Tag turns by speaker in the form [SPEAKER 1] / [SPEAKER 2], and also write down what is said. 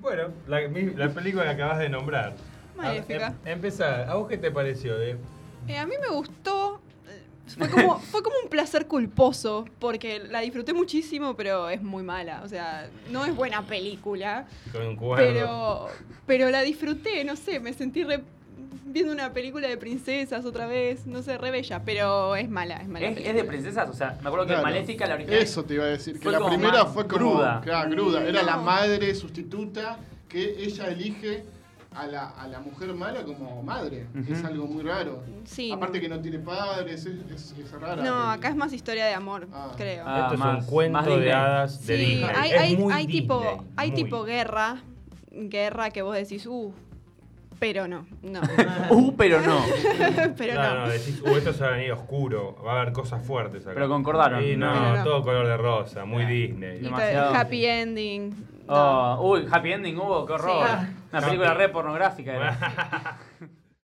[SPEAKER 1] Bueno, la, mi- la película que acabas de nombrar. A-
[SPEAKER 2] Maléfica.
[SPEAKER 1] em- empezá, ¿a vos qué te pareció? De,
[SPEAKER 2] Eh, a mí me gustó. eh, Fue como, fue como un placer culposo, porque la disfruté muchísimo, pero es muy mala. O sea, no es buena película,
[SPEAKER 1] con un cuerno.
[SPEAKER 2] pero, pero la disfruté, no sé, me sentí re- viendo una película de princesas otra vez, no sé, re bella, pero es mala, es mala.
[SPEAKER 3] Es, es de
[SPEAKER 2] película.
[SPEAKER 3] princesas, o sea, me acuerdo que
[SPEAKER 4] Claro.
[SPEAKER 3] Maléfica, la original.
[SPEAKER 4] Eso te iba a decir, que
[SPEAKER 3] Fue
[SPEAKER 4] la
[SPEAKER 3] como
[SPEAKER 4] primera
[SPEAKER 3] más
[SPEAKER 4] fue como
[SPEAKER 3] cruda.
[SPEAKER 4] claro, cruda. Era
[SPEAKER 2] Mm,
[SPEAKER 4] la
[SPEAKER 2] No.
[SPEAKER 4] madre sustituta que ella elige a la, a la mujer mala como madre.
[SPEAKER 3] Ujú.
[SPEAKER 4] Es algo muy raro.
[SPEAKER 2] Sí,
[SPEAKER 4] Aparte
[SPEAKER 2] no.
[SPEAKER 4] que no tiene padres, es, es, es rara.
[SPEAKER 2] No, acá es más historia de amor,
[SPEAKER 4] Ah.
[SPEAKER 2] creo.
[SPEAKER 3] Ah,
[SPEAKER 1] Esto es
[SPEAKER 3] más-
[SPEAKER 1] un cuento
[SPEAKER 3] más
[SPEAKER 1] de
[SPEAKER 3] Disney.
[SPEAKER 1] hadas de
[SPEAKER 2] Sí,
[SPEAKER 1] Disney.
[SPEAKER 2] hay,
[SPEAKER 1] Es
[SPEAKER 2] hay-
[SPEAKER 1] muy
[SPEAKER 2] hay
[SPEAKER 1] Disney,
[SPEAKER 2] tipo, hay
[SPEAKER 1] muy.
[SPEAKER 2] tipo guerra, guerra que vos decís, uh, pero no, no,
[SPEAKER 3] Uh, pero no.
[SPEAKER 2] pero
[SPEAKER 1] no,
[SPEAKER 2] no.
[SPEAKER 1] no, decís, "Uh, esto se va a venir oscuro, va a haber cosas fuertes acá.
[SPEAKER 3] Pero concordaron.
[SPEAKER 1] Y no,
[SPEAKER 2] Pero no.
[SPEAKER 1] todo color de rosa, muy
[SPEAKER 3] Ah.
[SPEAKER 1] Disney.
[SPEAKER 2] Y te-
[SPEAKER 3] demasiado.
[SPEAKER 2] Happy ending. no.
[SPEAKER 3] Oh, uy, happy ending hubo, qué horror.
[SPEAKER 2] Sí. ah.
[SPEAKER 3] Una película re pornográfica era.